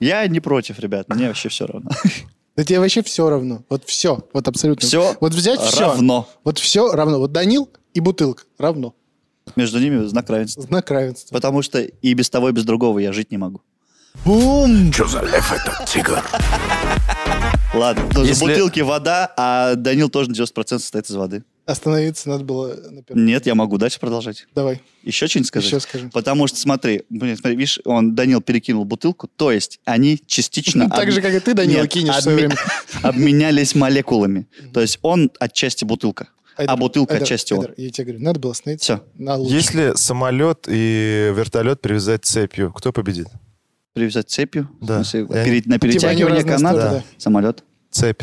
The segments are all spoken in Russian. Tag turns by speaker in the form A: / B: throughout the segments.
A: Я не против, ребят, мне вообще все равно.
B: Да тебе вообще все равно. Вот все. Вот абсолютно.
A: Все
B: Вот взять все.
A: равно.
B: Вот все равно. Вот Данил и бутылка равно.
A: Между ними знак равенства.
B: Знак равенства.
A: Потому что и без того, и без другого я жить не могу.
B: Бум!
C: Что за лев этот тигр?
A: Ладно, потому что
D: Если-
A: бутылки вода, а Данил тоже на 90% состоит из воды.
B: Остановиться надо было на первом.
A: Нет, я могу дальше продолжать.
B: Давай,
A: Еще что-нибудь сказать?
B: еще скажи.
A: Потому что, смотри, блин, смотри, видишь, он, Данил, перекинул бутылку, то есть они частично...
B: Так же, как и ты, Данила,
A: Нет,
B: кинешь в свое
A: обме-
B: время.
A: обменялись молекулами. То есть он отчасти бутылка, а
B: Айдар,
A: бутылка
B: Айдар,
A: отчасти он.
B: Айдар, Я тебе говорю, надо было остановиться
A: Все,
B: на лучше.
D: Если самолет и вертолет привязать цепью, кто победит?
A: привязать цепью.
D: Да.
A: В смысле,
D: Я-
A: пере- На перетягивание
B: Типа разные
A: каната.
B: стороны,
A: Самолет.
D: Цепь.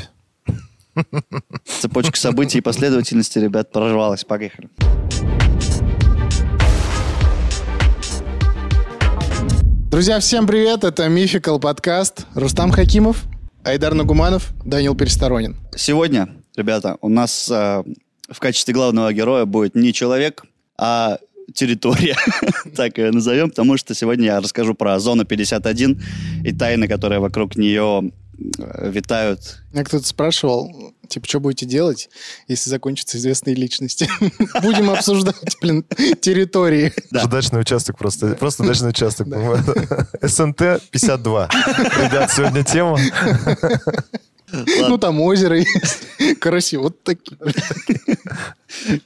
A: Цепочка событий и последовательности, ребят, прорвалась. Поехали.
B: Друзья, всем привет, это Мификал подкаст. Рустам Хакимов, Айдар Нагуманов, Данил Пересторонин.
A: Сегодня, ребята, у нас э, в качестве главного героя будет не человек, а территория, так ее назовем, потому что сегодня я расскажу про зону 51 и тайны, которые вокруг нее э, витают.
B: Меня кто-то спрашивал, типа, что будете делать, если закончатся известные личности? Будем обсуждать, блин, территории.
A: Да.
D: Даже дачный участок просто. Просто дачный участок. СНТ 52. Ребят, сегодня тема.
B: Ну, там озеро есть, караси, вот такие.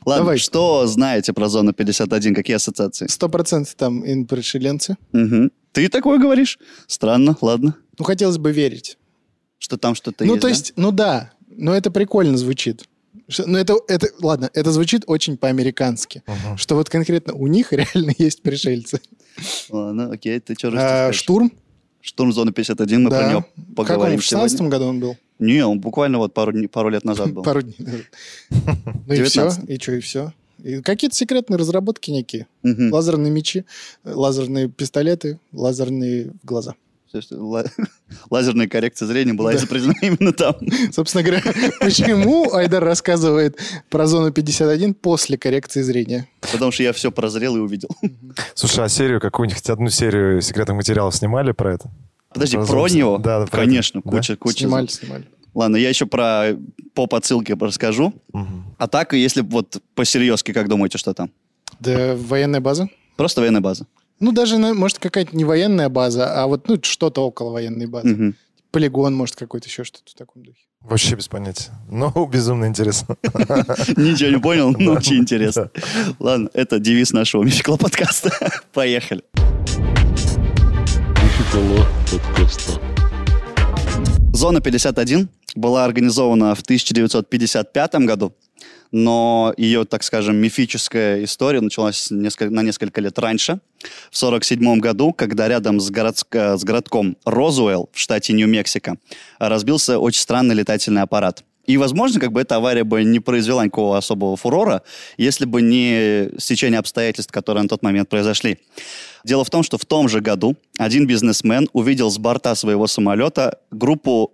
A: Ладно,
B: Давай.
A: что знаете про зону 51, какие ассоциации?
B: Сто процентов там инпрешеленцы.
A: Мгм. Ты такое говоришь? Странно, ладно.
B: Ну, хотелось бы верить.
A: Что там что-то
B: Ну,
A: есть,
B: то
A: да?
B: есть, ну да, но это прикольно звучит. Что- Ну, это, это, ладно, это звучит очень по-американски.
D: Мгм.
B: Что вот конкретно у них реально есть пришельцы.
A: Ладно, окей, ты что
B: А, штурм,
A: Штурм зоны 51, мы
B: Да.
A: про него
B: как он,
A: поговорим
B: в 16
A: сегодня.
B: году он был?
A: Не, он буквально вот пару, дней- пару лет назад был.
B: Пару дней назад. Ну и все,
A: 19.
B: и что, и все. И какие-то секретные разработки некие.
A: Мгм.
B: Лазерные мечи, э, лазерные пистолеты, лазерные глаза.
A: То есть ла- Лазерная коррекция зрения была изобретена именно там.
B: Собственно говоря, почему Айдар рассказывает про зону 51 после коррекции зрения?
A: Потому что я все прозрел и увидел.
D: Слушай, а серию какую-нибудь, хоть одну серию секретных материалов снимали про это?
A: Подожди,
D: Про
A: про
D: зомби.
A: него?
D: Да, да, про
A: Конечно,
D: это.
A: куча, куча.
B: Снимали, снимали.
A: Ладно, я еще про поп-отсылки расскажу.
D: Мгм.
A: А так, если б вот по-серьезки, как думаете, что там?
B: Да, военная база.
A: Просто военная база.
B: Ну, даже, на- может, какая-то не военная база, а вот ну, что-то около военной базы.
A: Мгм.
B: Полигон, может, какой-то еще что-то в таком духе.
D: Вообще без понятия. Ну, безумно интересно.
A: Ничего не понял, но очень интересно. Ладно, это девиз нашего Мификла подкаста. Поехали.
E: Мификала подкаста.
A: Зона 51 была организована в 1955 году, но ее, так скажем, мифическая история началась несколько- на несколько лет раньше, в 1947 году, когда рядом с, городск- э, с городком Розуэлл в штате Нью-Мексико разбился очень странный летательный аппарат. И, возможно, как бы эта авария бы не произвела никакого особого фурора, если бы не стечение обстоятельств, которые на тот момент произошли. Дело в том, что в том же году один бизнесмен увидел с борта своего самолета группу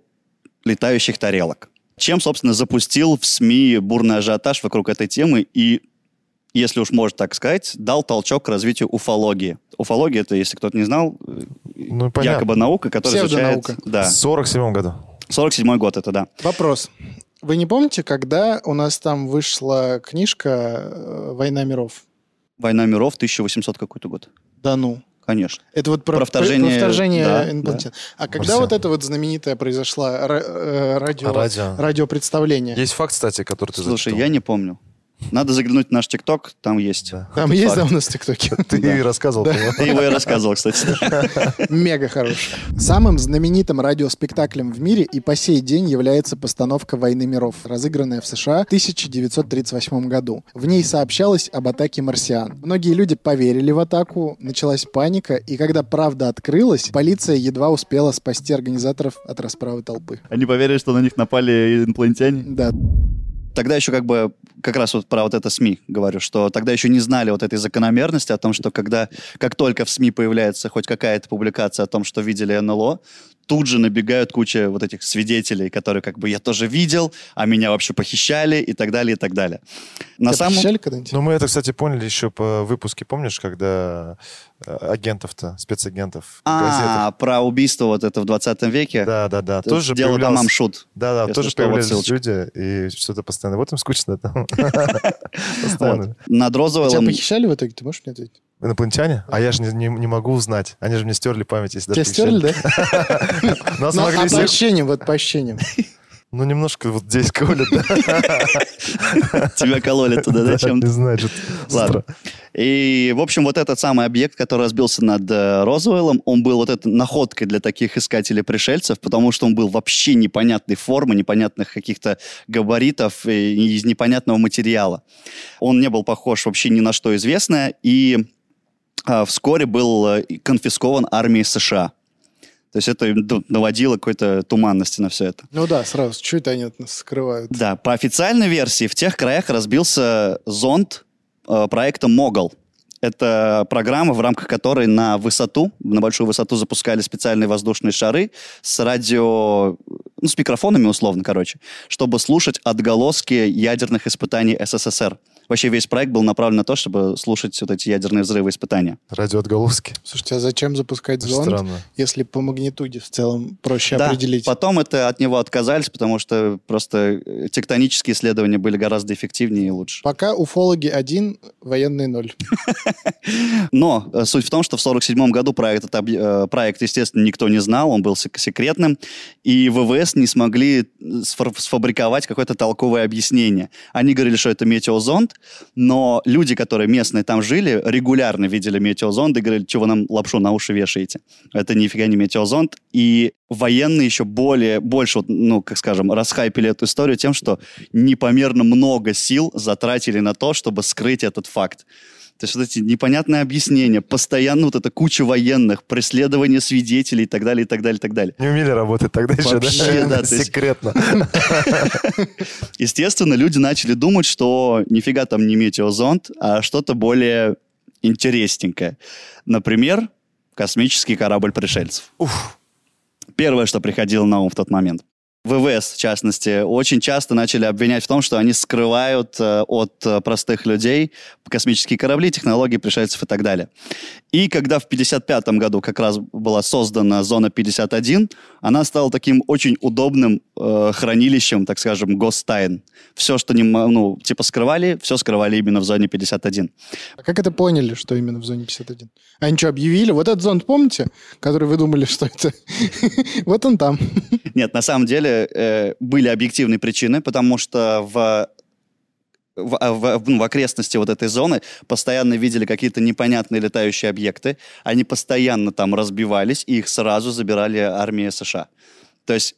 A: летающих тарелок. Чем, собственно, запустил в СМИ бурный ажиотаж вокруг этой темы и, если уж можно так сказать, дал толчок к развитию уфологии. Уфология — это, если кто-то не знал, э,
D: Ну, понятно.
A: якобы наука, которая изучает...
B: Псевдонаука.
A: Да,
D: В 47 году.
A: 47 год это, да.
B: Вопрос. Вы не помните, когда у нас там вышла книжка э, «Война миров»?
A: Война миров, 1800 какой-то год.
B: Да ну.
A: Конечно.
B: Это вот про,
A: Про вторжение,
B: про вторжение
A: да,
B: инопланетян. А когда
D: Марсиан.
B: вот это вот знаменитое произошло ра- э, радио,
D: Радио.
B: радиопредставление?
D: Есть факт, кстати, который ты
A: Слушай,
D: зачитал.
A: я не помню. Надо заглянуть в наш ТикТок, там есть.
D: Да.
B: Там
A: этот
B: есть,
A: факт.
B: да, у нас в ТикТоке?
D: Ты и рассказывал. по-моему.
A: Ты его и рассказывал, кстати.
B: Мега хорош. Самым знаменитым радиоспектаклем в мире и по сей день является постановка «Войны миров», разыгранная в США в 1938 году. В ней сообщалось об атаке марсиан. Многие люди поверили в атаку, началась паника, и когда правда открылась, полиция едва успела спасти организаторов от расправы толпы.
A: Они поверили, что на них напали инопланетяне?
B: Да,
A: Тогда еще как бы, как раз вот про вот это СМИ говорю, что тогда еще не знали вот этой закономерности о том, что когда, как только в СМИ появляется хоть какая-то публикация о том, что видели НЛО, тут же набегают куча вот этих свидетелей, которые как бы я тоже видел, а меня вообще похищали и так далее, и так далее. На
B: Тебя
A: самом...
B: посещали когда-нибудь?
D: Ну, мы это, кстати, поняли еще по выпуске, помнишь, когда э, агентов-то, спецагентов в газетах.
A: А, про убийство вот это в 20 веке.
D: Да, да, да. Тоже
A: Дело
D: появлялся-
A: домам шут.
D: Да, да,
A: Если
D: тоже
A: что, вот
D: появлялись
A: ссылочка.
D: люди, и что-то постоянно. Вот им скучно там.
A: Вот.
D: Постоянно.
A: Над
B: Тебя
A: Розуэллом...
B: похищали в итоге, ты можешь мне ответить?
D: Инопланетяне? А я же не- не не могу узнать. Они же мне стерли память, если даже
B: Тебя стерли, да?
D: похищали. Нас
B: Ну, а
D: могли
B: по
D: всех-
B: ощущениям, вот по ощущениям.
D: Ну, немножко вот здесь колят, да.
A: Тебя кололи туда, да, чем
D: Не знаю, что
A: Ладно. И, в общем, вот этот самый объект, который разбился над э, Розуэллом, он был вот этой находкой для таких искателей пришельцев, потому что он был вообще непонятной формы, непонятных каких-то габаритов и из непонятного материала. Он не был похож вообще ни на что известное, и а, вскоре был э, и конфискован армией США. То есть это д- наводило какой-то туманности на все это.
B: Ну да, сразу, что это они от нас скрывают?
A: Да, по официальной версии в тех краях разбился зонд э, проекта «Могол». Это программа, в рамках которой на высоту, на большую высоту запускали специальные воздушные шары с радио... Ну, с микрофонами, условно, короче, чтобы слушать отголоски ядерных испытаний СССР. Вообще весь проект был направлен на то, чтобы слушать вот эти ядерные взрывы испытания.
D: Радиоотголоски.
B: Слушайте, а зачем запускать
D: Это же
B: зонд,
D: Странно.
B: если по магнитуде в целом проще
A: Да,
B: определить?
A: потом это от него отказались, потому что просто э, тектонические исследования были гораздо эффективнее и лучше.
B: Пока уфологи один, военные ноль.
A: Но э, суть в том, что в 1947 году про этот объ- э, проект, естественно, никто не знал, он был сек- секретным, и ВВС не смогли э, сфор- сфабриковать какое-то толковое объяснение. Они говорили, что это метеозонд, но люди, которые местные там жили, регулярно видели метеозонд и говорили, чего вы нам лапшу на уши вешаете. Это нифига не метеозонд. И военные еще более, больше, вот, ну, как скажем, расхайпили эту историю тем, что непомерно много сил затратили на то, чтобы скрыть этот факт. То есть вот эти непонятные объяснения, постоянно вот эта куча военных, преследование свидетелей и так далее, и так далее, и так далее.
D: Не умели работать тогда еще, да?
A: Вообще, да, то есть-
D: Секретно.
A: Естественно, люди начали думать, что нифига там не метеозонд, а что-то более интересненькое. Например, космический корабль пришельцев. Первое, что приходило на ум в тот момент. ВВС, в частности, очень часто начали обвинять в том, что они скрывают э, от э, простых людей космические корабли, технологии пришельцев и так далее. И когда в 1955 году как раз была создана зона 51, она стала таким очень удобным э, хранилищем, так скажем, гостайн. Все, что не, м- ну, типа скрывали, все скрывали именно в зоне 51.
B: А как это поняли, что именно в зоне 51? Они что, объявили? Вот этот зонд, помните? Который вы думали, что это? Вот он там.
A: Нет, на самом деле э, были объективные причины, потому что в в, а, в- в- ну, в окрестности вот этой зоны постоянно видели какие-то непонятные летающие объекты. Они постоянно там разбивались, и их сразу забирали армия США. То есть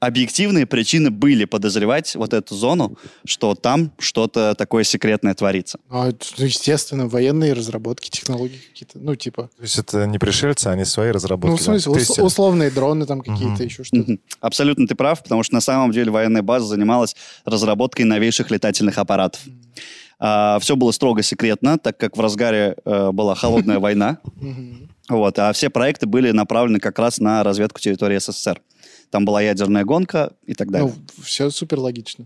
A: объективные причины были подозревать вот эту зону, что там что-то такое секретное творится.
B: А, это, ну, естественно, военные разработки, технологии какие-то. Ну, типа...
D: То есть это не пришельцы, они свои разработки.
B: Ну, в
D: да,
B: смысле, ус-
D: тестили.
B: условные дроны там какие-то,
D: Мгм.
B: еще что-то.
A: Мгм. Абсолютно ты прав, потому что на самом деле военная база занималась разработкой новейших летательных аппаратов. все было строго секретно, так как в разгаре э, была холодная война,
B: Мгм.
A: вот, а все проекты были направлены как раз на разведку территории СССР. Там была ядерная гонка и так далее.
B: Ну, все супер логично.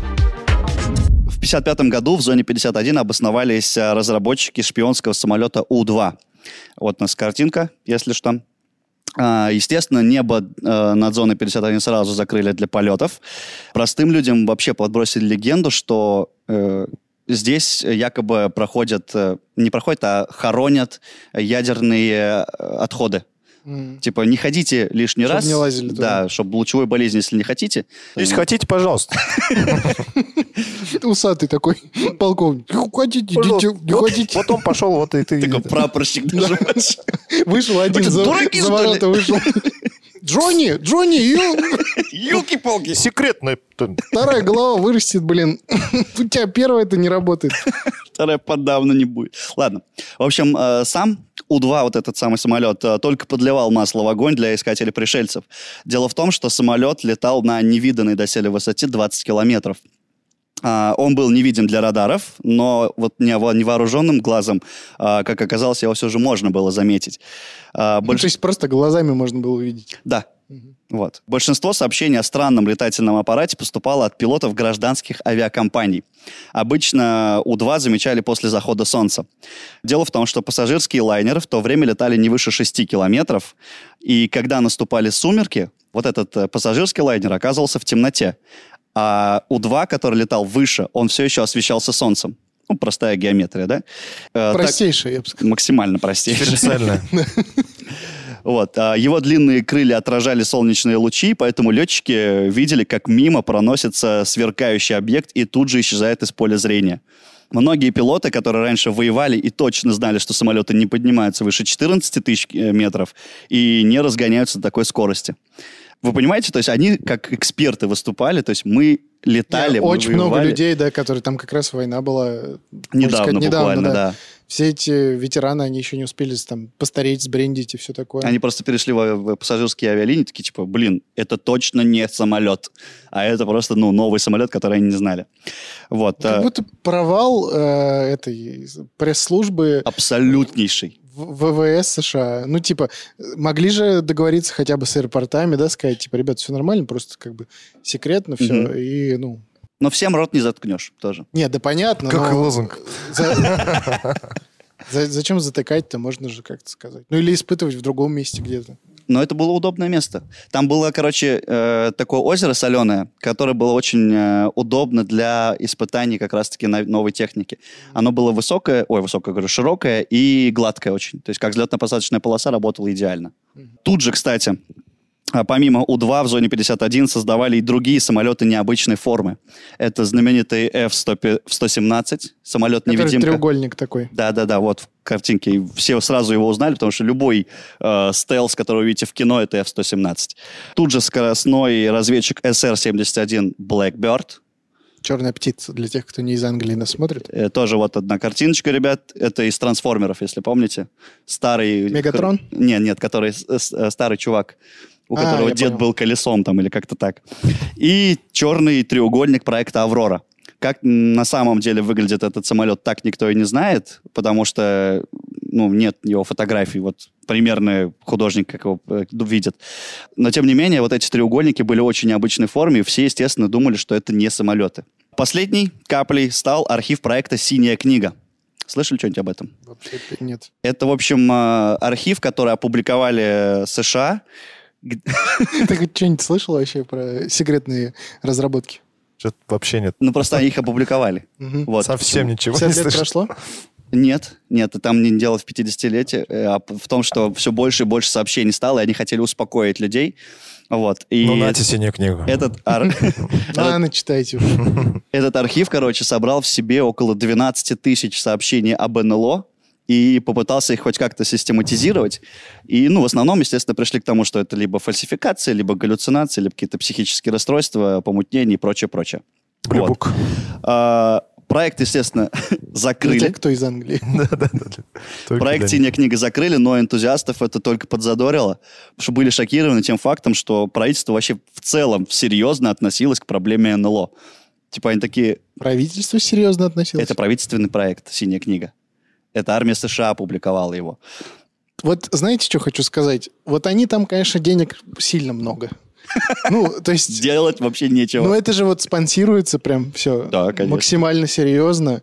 A: В 1955 году в зоне 51 обосновались э, разработчики шпионского самолета У-2. Вот у нас картинка, если что. А, Естественно, небо э, над зоной 51 сразу закрыли для полетов. Простым людям вообще подбросили легенду, что э, здесь якобы проходят, э, не проходят, а хоронят ядерные э, отходы.
B: М.
A: Типа, не ходите лишний
B: Чтоб
A: раз.
B: не лазили туда.
A: Да, чтобы лучевой болезни, если не хотите.
D: Если хотите, пожалуйста.
B: Усатый такой, полковник. Не хотите, идите,
D: Пожалуйста.
B: не хотите.
D: Вот он пошел, вот и ты.
A: Такой прапорщик даже. больше.
B: Вышел один
A: что,
B: за,
A: дураки,
B: за
A: что ли?
B: ворота, вышел. Джонни, Джонни, ё-
A: Юки-палки.
D: Секретный.
B: вторая голова вырастет, блин. У тебя первая это не работает.
A: Вторая подавно не будет. Ладно. В общем, э, сам У-2, вот этот самый самолет, э, только подливал масло в огонь для искателей пришельцев. Дело в том, что самолет летал на невиданной доселе высоте 20 километров. А, Он был невидим для радаров, но вот нево- невооруженным глазом, а, как оказалось, его все же можно было заметить. А,
B: Ну,
A: больш-
B: То есть просто глазами можно было увидеть.
A: Да.
B: Мгм.
A: Вот. Большинство сообщений о странном летательном аппарате поступало от пилотов гражданских авиакомпаний. Обычно У-2 замечали после захода солнца. Дело в том, что пассажирские лайнеры в то время летали не выше 6 километров, и когда наступали сумерки, вот этот э, пассажирский лайнер оказывался в темноте, а У-2, который летал выше, он все еще освещался солнцем. Ну, простая геометрия, да? Э, так-
B: Простейшее, я бы сказал.
A: Максимально простейшая.
D: Дифференциально.
A: Вот. а Его длинные крылья отражали солнечные лучи, поэтому летчики видели, как мимо проносится сверкающий объект и тут же исчезает из поля зрения. Многие пилоты, которые раньше воевали и точно знали, что самолеты не поднимаются выше 14 тысяч э, метров и не разгоняются до такой скорости. Вы понимаете, то есть они как эксперты выступали, то есть мы летали, мы
B: Очень много
A: воевали.
B: людей, да, которые там как раз война была. э, можно
A: недавно,
B: сказать,
A: буквально, да.
B: Все эти ветераны, они еще не успели там постареть, сбрендить и все такое.
A: Они просто перешли в, в пассажирские авиалинии, такие типа, блин, это точно не самолет, а это просто ну новый самолет, который они не знали. Вот
B: Как
A: а,
B: будто провал э, этой пресс-службы
A: абсолютнейший.
B: в- ВВС США. Ну, типа, э, могли же договориться хотя бы с аэропортами, да, сказать, типа, ребят, все нормально, просто как бы секретно все.
A: Мгм.
B: И, ну...
A: Но всем рот не заткнешь тоже.
B: Не, да понятно,
A: Ну,
D: Как
B: но-
D: лозунг.
B: За- за- Зачем затыкать-то, можно же как-то сказать. Ну, или испытывать в другом месте где-то.
A: Но это было удобное место. Там было, короче, э, такое озеро соленое, которое было очень э, удобно для испытаний как раз-таки на- новой техники. Оно было высокое, ой, высокое, говорю, широкое и гладкое очень. То есть как взлетно-посадочная полоса работала идеально. Тут же, кстати, а помимо У-2 в зоне 51 создавали и другие самолеты необычной формы. Это знаменитый F-117,
B: Который
A: самолет-невидимка.
B: треугольник такой.
A: Да-да-да, вот в картинке. И Все сразу его узнали, потому что любой э, стелс, который вы видите в кино, это F-117. Тут же скоростной разведчик SR-71 Blackbird.
B: Черная птица, для тех, кто не из Англии нас смотрит.
A: Э, тоже вот одна картиночка, ребят. Это из «Трансформеров», если помните. Старый...
B: Мегатрон?
A: Кор- Нет, нет, который с- с- э, старый чувак, у
B: А,
A: которого
B: я
A: дед
B: понял.
A: был колесом там или как-то так. И черный треугольник проекта «Аврора». Как на самом деле выглядит этот самолет, так никто и не знает, потому что ну, нет его фотографий. Вот примерно художник как его э, видит. Но, тем не менее, вот эти треугольники были очень необычной форме, и все, естественно, думали, что это не самолеты. Последней каплей стал архив проекта «Синяя книга». Слышали что-нибудь об этом?
B: Вообще нет.
A: Это, в общем, э, архив, который опубликовали э, США.
B: Ты хоть что-нибудь слышал вообще про секретные разработки?
D: Что-то вообще нет.
A: Ну, просто они их опубликовали.
B: Мгм.
A: Вот.
D: Совсем ничего не
B: 50 лет
D: слышно.
B: прошло?
A: Нет, нет, там не дело в 50-летии, э, а в том, что все больше и больше сообщений стало, и они хотели успокоить людей. Вот. И
D: Ну, нате синюю книгу.
A: этот, ар-
B: Ладно, читайте а, уже.
A: Этот архив, короче, собрал в себе около 12 тысяч сообщений об НЛО и попытался их хоть как-то систематизировать. И, ну, в основном, естественно, пришли к тому, что это либо фальсификация, либо галлюцинации, либо какие-то психические расстройства, помутнения и прочее, прочее.
D: Блюбук.
A: А, проект, естественно,
B: Для
A: закрыли.
B: тех, кто из Англии.
D: Да-да-да. Только
A: Проект
D: для них.
A: «Синяя книга» закрыли, но энтузиастов это только подзадорило, потому что были шокированы тем фактом, что правительство вообще в целом серьезно относилось к проблеме НЛО. Типа они такие,
B: Правительство серьезно относилось.
A: Это правительственный проект «Синяя книга». Это армия США опубликовала его.
B: Вот знаете, что хочу сказать? Вот они там, конечно, денег сильно много. Ну, то есть...
A: Делать вообще нечего.
B: Ну, это же вот спонсируется прям все.
A: Да, конечно.
B: Максимально серьезно.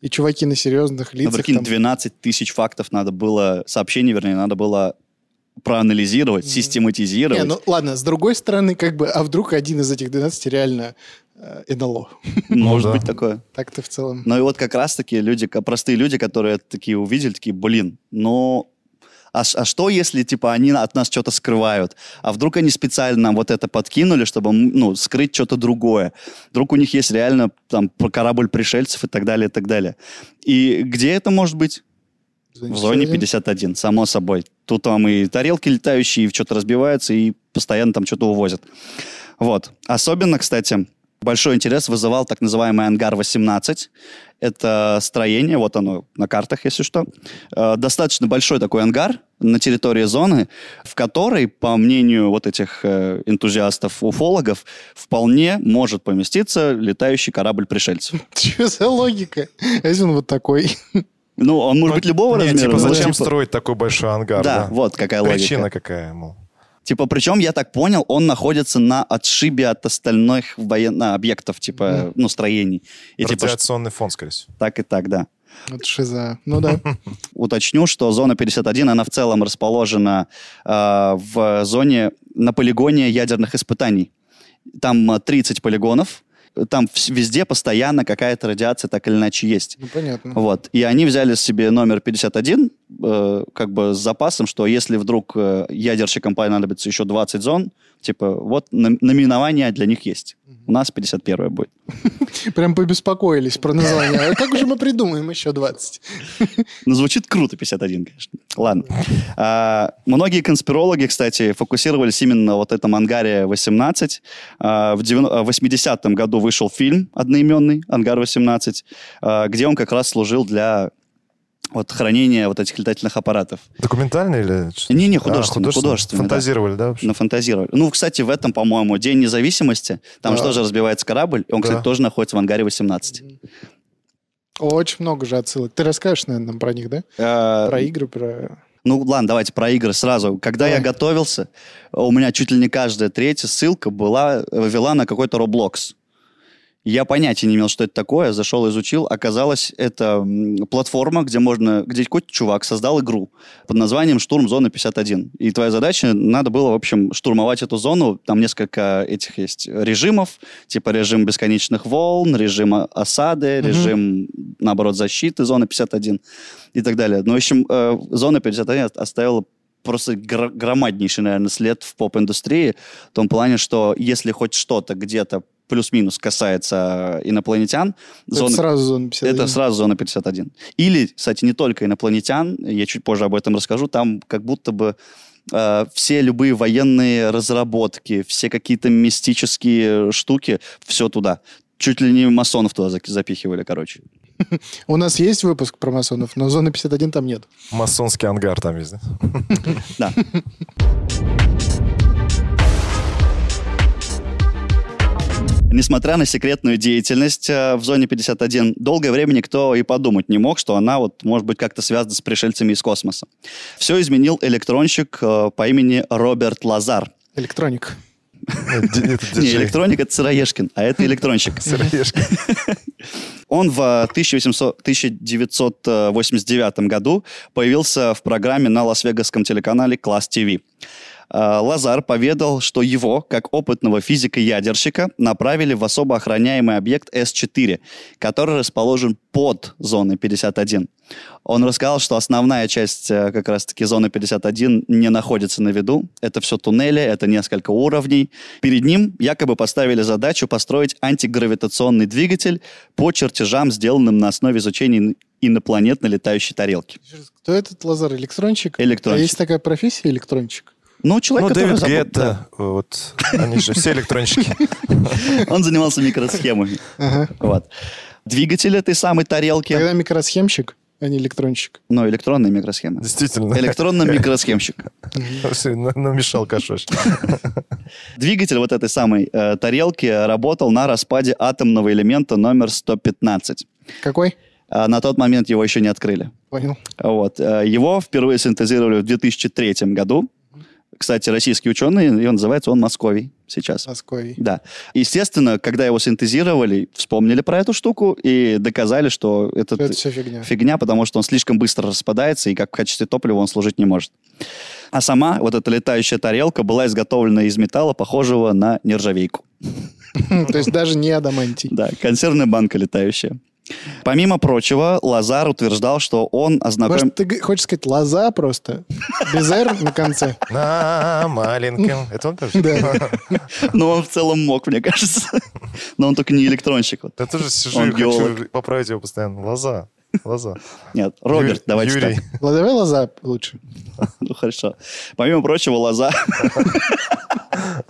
B: И чуваки на серьезных
A: Ну,
B: лицах.
A: прикинь,
B: там.
A: 12 тысяч фактов надо было, сообщений, вернее, надо было проанализировать, систематизировать.
B: Не, ну ладно, с другой стороны, как бы, а вдруг один из этих 12 реально э, НЛО?
A: Может
D: Ну да.
A: быть такое.
B: Так-то в целом.
A: Ну и вот как раз-таки люди, ко- простые люди, которые это такие увидели, такие, блин, ну... А, ш- а что, если, типа, они на- от нас что-то скрывают? А вдруг они специально нам вот это подкинули, чтобы, м, ну, скрыть что-то другое? Вдруг у них есть реально, там, про корабль пришельцев и так далее, и так далее. И где это может быть? В зоне 51, само собой. Тут там и тарелки летающие, и что-то разбиваются, и постоянно там что-то увозят. Вот. Особенно, кстати, большой интерес вызывал так называемый «Ангар-18». Это строение, вот оно на картах, если что. Э, Достаточно большой такой ангар, на территории зоны, в которой, по мнению вот этих э, энтузиастов-уфологов, вполне может поместиться летающий корабль пришельцев.
B: Че за логика? Если он вот такой.
A: Ну, он может быть любого
D: Не,
A: размера.
D: типа,
A: но
D: зачем
A: типа-
D: строить такой большой ангар?
A: Да, вот какая логика.
D: Причина какая, мол.
A: Типа, причем, я так понял, он находится на отшибе от остальных воен... а, объектов, типа, ну, строений. И типа, ш-
D: Радиационный фон, скорее всего.
A: так и так, да.
B: Вот шиза. Ну да.
A: уточню, что зона 51, она в целом расположена э, в зоне на полигоне ядерных испытаний. Там э, 30 полигонов, там вс- везде постоянно какая-то радиация так или иначе есть.
B: Ну понятно.
A: Вот. И они взяли себе номер 51, э, как бы с запасом, что если вдруг э, ядерщикам понадобится еще 20 зон, типа вот нам- наименование для них есть. У нас 51 будет.
B: Прям побеспокоились про название. А Как же мы придумаем еще 20?
A: Ну, звучит круто, 51, конечно. Ладно. А, многие конспирологи, кстати, фокусировались именно на вот этом «Ангаре-18». А, в девяно- а, в 80-м году вышел фильм одноименный «Ангар-18», а, где он как раз служил для вот хранения вот этих летательных аппаратов.
D: Документальный или... что?
A: Не-не,
D: А,
A: художественный, художественный, да.
D: Фантазировали, да, вообще?
A: Нафантазировали. Ну, кстати, в этом, по-моему, День независимости. Там же
B: Да.
A: тоже разбивается корабль. И он, кстати,
D: Да.
A: тоже находится в «Ангаре-18».
B: Очень много же отсылок. Ты расскажешь, наверное, нам про них, да?
A: А,
B: Про игры, про...
A: Ну, ладно, давайте про игры сразу. Когда я
B: Давай.
A: готовился, у меня чуть ли не каждая третья ссылка была, вела на какой-то Roblox. Я понятия не имел, что это такое, зашел, изучил. Оказалось, это м, платформа, где можно, где какой-то чувак создал игру под названием «Штурм зоны 51». И твоя задача, надо было, в общем, штурмовать эту зону. Там несколько этих есть режимов, типа режим бесконечных волн, режим а- осады,
B: Мгм.
A: режим, наоборот, защиты зоны 51 и так далее. Ну, в общем, э, зона 51 оставила просто гро- громаднейший, наверное, след в поп-индустрии, в том плане, что если хоть что-то где-то плюс-минус касается э, инопланетян,
B: Это
A: зона
B: сразу зона 51.
A: это сразу зона 51. Или, кстати, не только инопланетян, я чуть позже об этом расскажу, там как будто бы э, все любые военные разработки, все какие-то мистические штуки, все туда. Чуть ли не масонов туда зак- запихивали, короче.
B: У нас есть выпуск про масонов, но зоны 51 там нет.
D: Масонский ангар там есть, да?
A: Да. Несмотря на секретную деятельность э, в зоне 51, долгое время никто и подумать не мог, что она вот может быть как-то связана с пришельцами из космоса. Все изменил электронщик э, по имени Роберт Лазар.
B: Электроник.
D: Нет, ди- Это
A: Не,
D: диджей.
A: электроник это Сыроежкин, а это электронщик.
D: Сыроежки.
A: Он в э, 1800 1989 году появился в программе на лас-вегасском телеканале «Класс ТВ». А, Лазар поведал, что его, как опытного физика-ядерщика, направили в особо охраняемый объект С-4, который расположен под зоной 51. Он рассказал, что основная часть э, как раз-таки зоны 51 не находится на виду. Это все туннели, это несколько уровней. Перед ним якобы поставили задачу построить антигравитационный двигатель по чертежам, сделанным на основе изучения ин- инопланетно летающей тарелки.
B: Кто этот Лазар? Электрончик?
A: Электрончик.
B: А есть такая профессия электрончик?
A: Ну, человек,
D: Ну,
A: который
D: Дэвид
A: забыл- да.
D: Гетта, вот, они же все электронщики.
A: Он занимался микросхемами.
B: Ага.
A: Вот. Двигатель этой самой тарелки,
B: Когда микросхемщик, а не электронщик.
A: ну, электронные микросхемы.
D: Действительно.
A: Электронный микросхемщик.
D: Всё, на- Намешал кашош.
A: Двигатель вот этой самой э, тарелки работал на распаде атомного элемента номер 115.
B: Какой?
A: А на тот момент его еще не открыли.
B: Понял.
A: Вот. Э, Его впервые синтезировали в 2003 году. Кстати, российский ученый, и он называется он Московий сейчас.
B: Московий.
A: Да. Естественно, когда его синтезировали, вспомнили про эту штуку и доказали, что это,
B: Это все фигня.
A: фигня, потому что он слишком быстро распадается, и как в качестве топлива он служить не может. А сама вот эта летающая тарелка была изготовлена из металла, похожего на нержавейку.
B: То есть даже не адамантий.
A: Да, консервная банка летающая. Помимо прочего, Лазар утверждал, что он ознакомился...
B: Может, ты г- хочешь сказать лоза просто? Без «р» на конце.
D: На маленьком. Это он тоже?
B: Да.
A: Ну, он в целом мог, мне кажется. Но он только не электронщик. вот.
D: Я тоже сижу
A: Он
D: и хочу
A: геолог.
D: поправить его постоянно. Лоза. Лоза.
A: Нет, Роберт,
D: Ю-
A: давайте
D: Юрий.
A: так.
B: Л- Давай лоза лучше.
A: Ну, хорошо. Помимо прочего, Лазар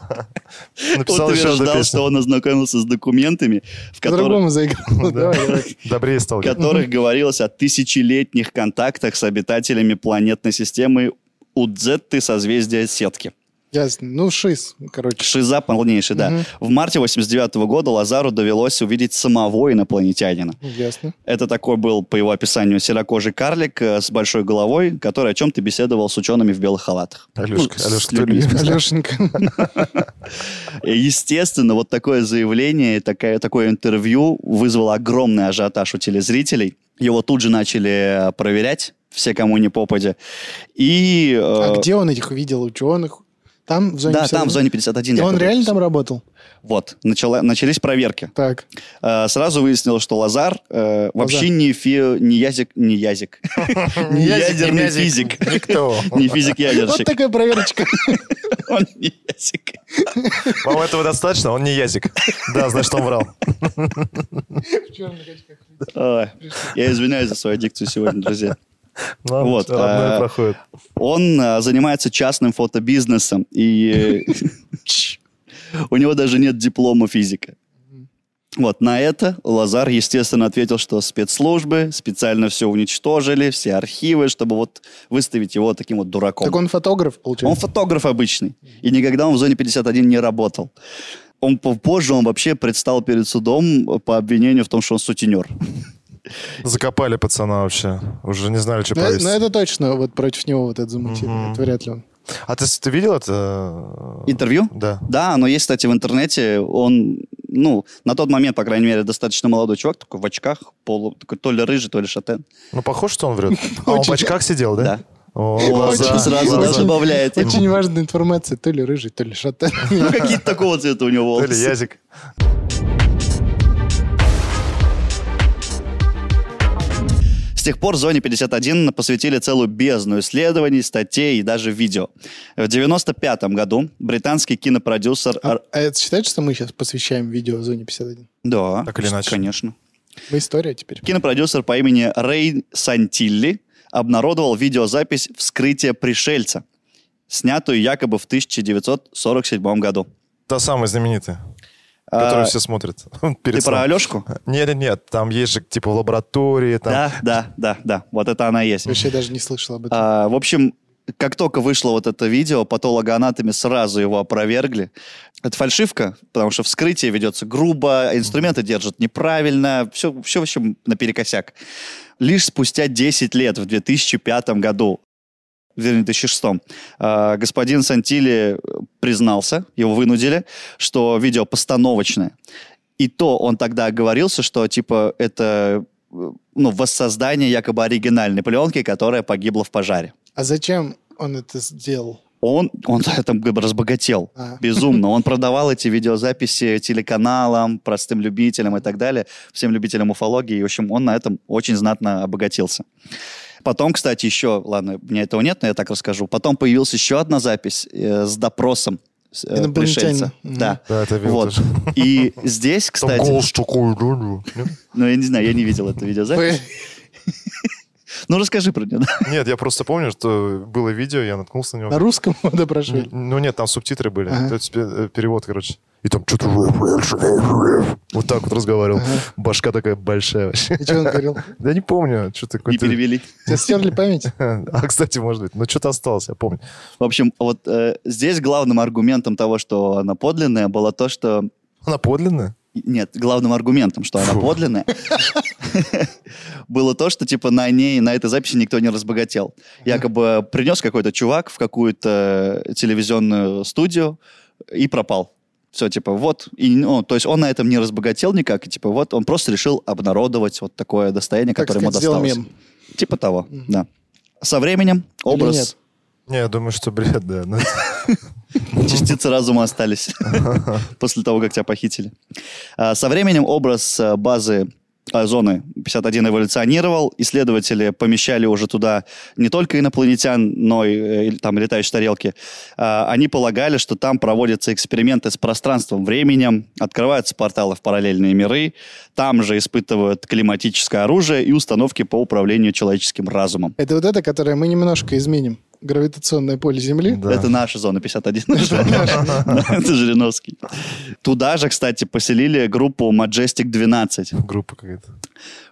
D: Написал еще одну
A: утверждал, что
D: песню.
A: он ознакомился с документами, в которых
B: По-другому заиграл.
D: Да.
B: Давай, давай.
D: Добрее стал.
A: в которых говорилось о тысячелетних контактах с обитателями планетной системы у Дзетты созвездие сетки.
B: Ясно. Ну, шиз, короче.
A: Шиза полнейший, да.
B: Мгм.
A: В марте 89 года Лазару довелось увидеть самого инопланетянина.
B: ну, Ясно.
A: Это такой был, по его описанию, серокожий карлик э, с большой головой, который о чем-то беседовал с учеными в белых халатах.
D: Алешка,
A: Ну, с
D: Алешка, ты
A: людьми.
D: любишь?
B: Алешенька.
A: А И, Естественно, вот такое заявление, такое, такое интервью вызвало огромный ажиотаж у телезрителей. Его тут же начали э, проверять, все кому не попадя. И... э,
B: А где он этих видел ученых? Там, в зоне
A: да,
B: 51?
A: там, в зоне 51.
B: И он
A: якобы.
B: реально там работал?
A: Вот, начала, начались проверки.
B: Так.
A: Э, сразу выяснилось, что Лазар э, вообще не, фи, не язик... Не язик. Не ядерный физик.
D: Никто.
A: Не физик-ядерщик.
B: Вот такая проверочка.
A: Он не язик.
D: Вам этого достаточно? Он не язик. Да, значит, он врал.
A: Ой, Я извиняюсь за свою дикцию сегодня, друзья.
D: Ну,
A: Вот,
D: Родное
A: а,
D: проходит.
A: Он э, занимается частным фотобизнесом, и э, чш, у него даже нет диплома физика. Вот на это Лазар, естественно, ответил, что спецслужбы специально все уничтожили, все архивы, чтобы вот выставить его таким вот дураком.
B: Так он фотограф,
A: Он
B: получается?
A: фотограф обычный, и никогда он в зоне 51 не работал. Он по- позже он вообще предстал перед судом по обвинению в том, что он сутенер.
D: Закопали пацана вообще. Уже не знали, что
B: Ну, э-
D: повесить.
B: ну, это точно вот против него вот это замутили.
D: Мгм.
B: Это вряд ли он.
D: А ты, ты видел это?
A: Интервью?
D: Да.
A: Да, оно есть, кстати, в интернете. Он, ну, на тот момент, по крайней мере, достаточно молодой чувак, такой в очках, полу, такой то ли рыжий, то ли шатен.
D: Ну, похож, что он врет. А он в
B: Очень.
D: очках сидел, да?
A: Да.
D: О,
A: Вот,
D: глаза,
A: сразу да,
D: глаза.
B: Очень-
A: добавляет.
B: Очень важная информация. То ли рыжий, то ли шатен.
A: Ну, какие-то такого цвета у него
D: То ли
A: волосы.
D: язик.
A: С тех пор «Зоне 51» посвятили целую бездну исследований, статей и даже видео. В 95 году британский кинопродюсер...
B: А
A: Ар-
B: а это считает, что мы сейчас посвящаем видео «Зоне 51»?
A: Да,
D: Так или иначе.
A: конечно.
B: Мы история теперь.
A: Кинопродюсер по имени Рэй Сантилли обнародовал видеозапись «Вскрытие пришельца», снятую якобы в 1947 году.
D: Та самая знаменитая,
A: А,
D: которую все смотрят.
A: ты
D: Перед
A: про
D: сном.
A: Алешку?
D: Нет, нет, нет. Там есть же, типа, в лаборатории. Там.
A: Да, да, да, да. Вот это она и есть.
B: Вообще даже не слышал об этом.
A: А, в общем, как только вышло вот это видео, патологоанатами сразу его опровергли. Это фальшивка, потому что вскрытие ведется грубо, инструменты держат неправильно, все, все в общем наперекосяк. Лишь спустя 10 лет, в 2005 году, вернее, в 2006, а, господин Сантили признался, его вынудили, что видео постановочное. И то он тогда оговорился, что типа это э, ну, воссоздание якобы оригинальной пленки, которая погибла в пожаре.
B: А зачем он это сделал?
A: Он, он на этом как бы разбогател.
B: А.
A: Безумно. Он продавал эти видеозаписи телеканалам, простым любителям и так далее, всем любителям уфологии. И, в общем, он на этом очень знатно обогатился. Потом, кстати, еще, ладно, у меня этого нет, но я так расскажу. Потом появилась еще одна запись э, с допросом с, э,
B: Инопланетянина.
A: пришельца.
B: Мгм.
A: Да.
D: Да, это видел
A: Вот.
D: тоже.
A: И здесь,
D: Там
A: кстати,
D: голос такой. да, да. Нет?
A: ну я не знаю, я не видел эту видеозапись. Ну расскажи про нее.
D: Нет, я просто помню, что было видео, я наткнулся на него.
B: На русском его
D: Н-
B: допрашивали?
D: Ну нет, там субтитры были.
B: Ага.
D: То есть пе- э, перевод, короче. И там что-то... Вот так вот разговаривал. Башка такая большая вообще.
B: И что он говорил?
D: Да не помню,
A: Не
D: что-то какое-то...
A: перевели.
B: Тебя стерли память?
D: А, кстати, может быть. Ну, что-то осталось, я помню.
A: В общем, вот э, здесь главным аргументом того, что она подлинная, было то, что...
D: Она подлинная?
A: Нет, главным аргументом, что она
D: Фу.
A: подлинная, было то, что, типа, на ней, на этой записи никто не разбогател. Якобы принес какой-то чувак в какую-то телевизионную студию и пропал. Все, типа, вот. И, ну, то есть он на этом не разбогател никак, и, типа, вот, он просто решил обнародовать вот такое достояние,
B: Так
A: которое ему
B: сказать, сделал
A: досталось.
B: мем.
A: Типа того,
B: Мгм.
A: да. Со временем образ,
D: Не, я думаю, что бред, да. Ну,
A: частицы разума остались после того, как тебя похитили. А, Со временем образ э, базы э, зоны 51 эволюционировал. Исследователи помещали уже туда не только инопланетян, но и э, и там летающие тарелки. А, Они полагали, что там проводятся эксперименты с пространством, временем, открываются порталы в параллельные миры, там же испытывают климатическое оружие и установки по управлению человеческим разумом.
B: Это вот это, которое мы немножко изменим. Гравитационное поле Земли.
D: да.
A: Это наша зона 51. Это Жириновский. Туда же, кстати, поселили группу Majestic 12.
D: Группа какая-то.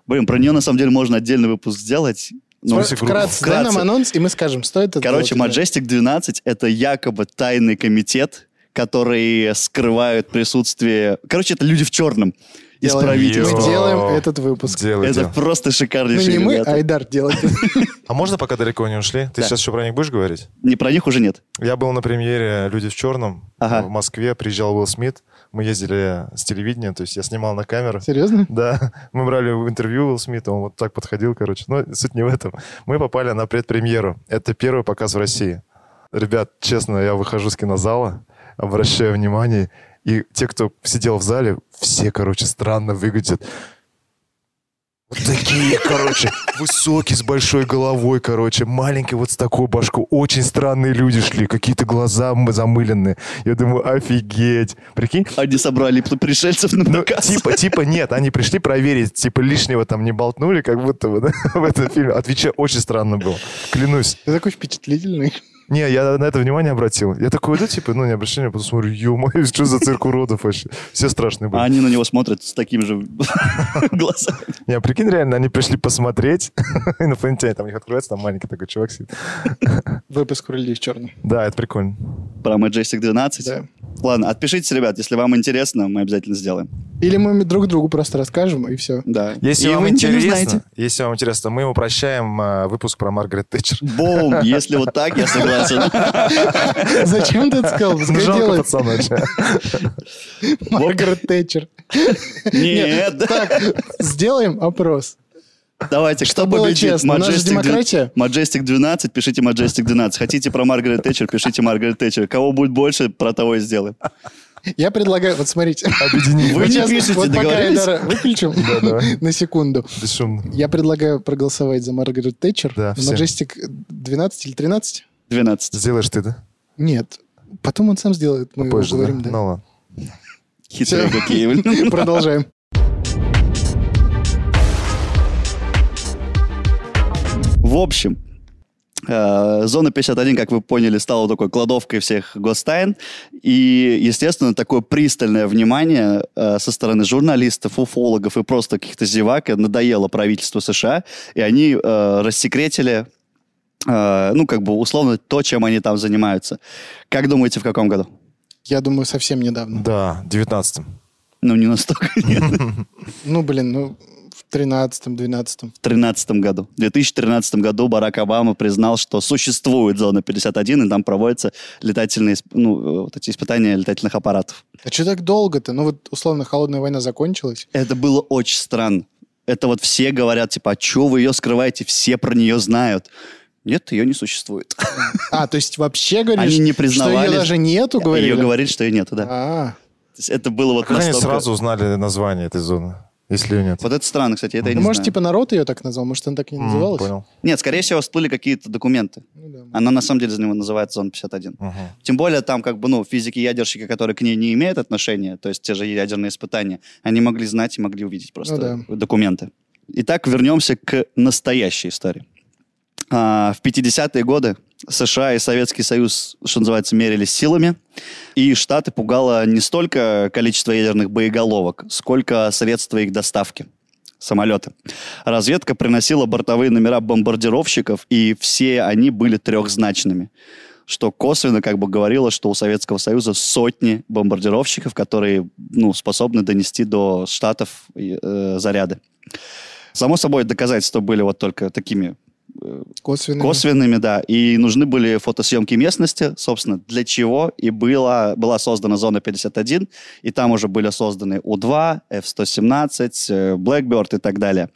A: Блин, про нее на самом деле можно отдельный выпуск сделать. Ну,
B: Вкра-
D: если гру-
B: вкратце, дай нам
A: вкратце.
B: анонс, и мы скажем, стоит это
A: Короче,
B: делать или нет.
A: Majestic 12 — это якобы тайный комитет, который скрывают присутствие... Короче, это люди в черном из
B: Делаем.
A: правительства.
B: Мы
D: Йо.
B: делаем этот выпуск.
D: Делай,
A: Это
D: делай.
A: просто
B: Ну,
A: шикарнейшие
B: не мы,
A: ребята.
B: Айдар делает.
D: А можно, пока далеко не ушли? Ты
A: Да.
D: сейчас еще про них будешь говорить?
B: а
A: Не про них уже нет.
D: Я был на премьере «Люди в черном»
A: Ага.
D: в Москве, приезжал Уилл Смит, мы ездили с телевидения, то есть я снимал на камеру.
B: Серьезно?
D: Да, мы брали интервью Уилл Смита, он вот так подходил, короче. Но суть не в этом. Мы попали на предпремьеру. Это первый показ в России. Ребят, честно, я выхожу с кинозала, обращаю внимание, и те, кто сидел в зале, все, короче, странно выглядят. Вот такие, короче, высокие, с большой головой, короче, маленькие, вот с такой башкой. Очень странные люди шли, какие-то глаза м- замыленные. Я думаю, офигеть. Прикинь,
A: Они собрали п- пришельцев на
D: ну,
A: показ.
D: типа, типа, нет, они пришли проверить, типа, лишнего там не болтнули, как будто бы, да, в этом фильме. Отвечаю, очень странно было, клянусь.
B: Ты такой впечатлительный.
D: Не, я на это внимание обратил. Я такой иду, типа, ну, не обращай внимания, потом смотрю, ё-моё, что за цирк уродов вообще? Все страшные были.
A: А они на него смотрят с таким же глазами.
D: Не, а прикинь, реально, они пришли посмотреть, инопланетяне, там у них открывается, там маленький такой чувак сидит.
B: Выпуск «Рули в черном».
D: Да, это прикольно.
A: Про Majestic 12.
B: Да.
A: Ладно, отпишитесь, ребят, если вам интересно, мы обязательно сделаем.
B: Или мы друг другу просто расскажем, и все.
A: Да.
D: Если
A: И
D: вам
A: вы ничего не
D: интересно,
A: знаете.
D: если вам интересно, мы ему прощаем э, выпуск про Маргарет Тэтчер.
A: Бум! Если вот так, я согласен.
B: Зачем ты это сказал?
D: Ну,
B: Пускай
D: жалко
B: делает
D: пацана. чё.
B: Маргарет Тэтчер.
A: Нет,
B: Так, сделаем опрос.
A: давайте, кто
B: было
A: победит?
B: честно? У нас же
A: Majestic
B: демократия.
A: дв- Majestic 12, пишите Majestic 12. Хотите про Маргарет Тэтчер, пишите Маргарет Тэтчер. Кого будет больше, про того и сделаем.
B: Я предлагаю, вот смотрите.
D: Объединили.
A: Вы не
B: Сейчас
A: пишете,
B: вот пока
A: договорились?
B: Айдара выключим
D: давай.
B: на секунду.
D: Бесшумно.
B: Я предлагаю проголосовать за Маргарет Тэтчер.
D: Да, всем.
B: Majestic 12 или 13?
A: 12.
D: Сделаешь ты, да?
B: Нет. Потом он сам сделает, мы его
D: Позже, да?
B: говорим. да.
D: Ну ладно.
A: Хитрые
B: Всё.
A: какие. блин.
B: Продолжаем.
A: В общем, э, Зона 51, как вы поняли, стала такой кладовкой всех гостайн. И, естественно, такое пристальное внимание э, со стороны журналистов, уфологов и просто каких-то зевак надоело правительству США. И они э, рассекретили, э, ну, как бы, условно, то, чем они там занимаются. Как думаете, в каком году?
B: Я думаю, совсем недавно.
D: Да, 19-м.
A: Ну, не настолько, нет.
B: Ну, блин, ну, в 13-12.
A: 2013 году. В 2013 году Барак Обама признал, что существует зона 51, и там проводятся летательные, исп- ну, э, вот эти испытания летательных аппаратов.
B: А что так долго-то? Ну, вот, условно, холодная война закончилась.
A: Это было очень странно. Это вот все говорят, типа, а чего вы ее скрываете? Все про нее знают. Нет, ее не существует.
B: А, то есть вообще, говоришь,
A: Они не
B: что
A: признавали.
B: ее даже нету, говорили?
A: Ее говорили, что ее нету, да. То
B: А,
A: есть это было вот
D: Как они
A: настолько-
D: сразу узнали название этой зоны, если ее нет?
A: Вот это странно, кстати, это я
B: ну,
A: не
B: может,
A: знаю.
B: типа народ ее так назвал? Может, она так и не
D: М,
B: называлась?
D: Понял.
A: Нет, скорее всего, всплыли какие-то документы.
B: Ну, да.
A: Она на самом деле за него называется зона 51.
D: Мгм.
A: Тем более там как бы, ну, физики-ядерщики, которые к ней не имеют отношения, то есть те же ядерные испытания, они могли знать и могли увидеть просто
B: Ну
A: документы. Итак, вернемся к настоящей истории. А, в 50-е годы США и Советский Союз, что называется, мерились силами, и Штаты пугало не столько количество ядерных боеголовок, сколько средства их доставки самолеты. Разведка приносила бортовые номера бомбардировщиков, и все они были трехзначными что косвенно как бы говорило, что у Советского Союза сотни бомбардировщиков, которые ну, способны донести до Штатов э, заряды. Само собой, доказательства были вот только такими э,
B: Косвенно.
A: косвенными, да, и нужны были фотосъемки местности, собственно, для чего и была, была создана зона 51, и там уже были созданы У-2, F-117, э, Blackbird и так далее.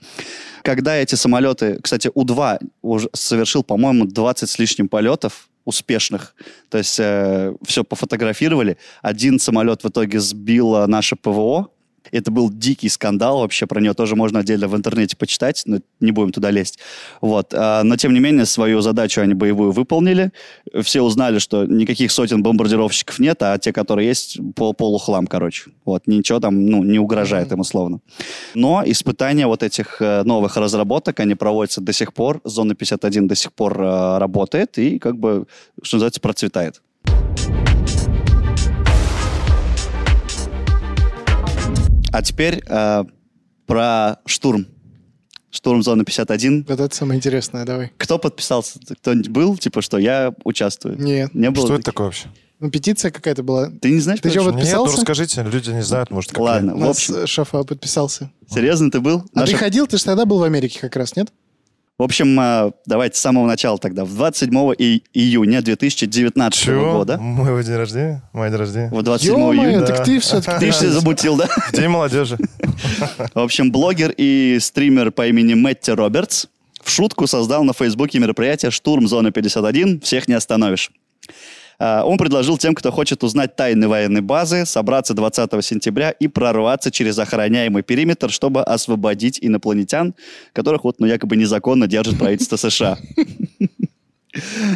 A: Когда эти самолеты, кстати, У-2 уже совершил, по-моему, 20 с лишним полетов успешных, то есть все пофотографировали, один самолет в итоге сбило наше ПВО, это был дикий скандал вообще, про него тоже можно отдельно в интернете почитать, но не будем туда лезть. Вот. а, Но, тем не менее, свою задачу они боевую выполнили. Все узнали, что никаких сотен бомбардировщиков нет, а те, которые есть, пол полухлам, короче. Вот. Ничего там, ну, не угрожает им условно. Но испытания вот этих э, новых разработок, они проводятся до сих пор. Зона 51 до сих пор э, работает и, как бы, что называется, процветает. А теперь э, про штурм. «Штурм зоны 51».
B: Вот это самое интересное, давай.
A: Кто подписался? Кто-нибудь был? Типа, что я участвую?
B: Нет.
A: Не было
D: Что это
A: таких?
D: такое вообще?
B: Ну, петиция какая-то была.
A: Ты не знаешь?
B: Ты
A: про
B: чё,
A: это?
B: вот
D: Нет, ну
B: Подписался?
D: расскажите, люди не знают, может, как я.
A: Ладно,
B: У
A: в
B: нас
A: общем,
B: э, Шафа подписался.
A: серьезно ты был?
B: А ты
A: Наша-
B: ходил, ты же тогда был в Америке как раз, нет?
A: В общем, э, давайте с самого начала тогда. В 27 и- июня 2019
D: Чего?
A: года.
D: Мой его день рождения? Мой день рождения?
A: В 27
B: Ё-моё,
A: июня.
B: так ты все-таки...
A: Ты все замутил, да?
D: День молодежи.
A: В общем, блогер и стример по имени Мэтти Робертс в шутку создал на Фейсбуке мероприятие «Штурм Зоны 51. Всех не остановишь». А, Он предложил тем, кто хочет узнать тайны военной базы, собраться 20 сентября и прорваться через охраняемый периметр, чтобы освободить инопланетян, которых вот, ну, якобы незаконно держит правительство США.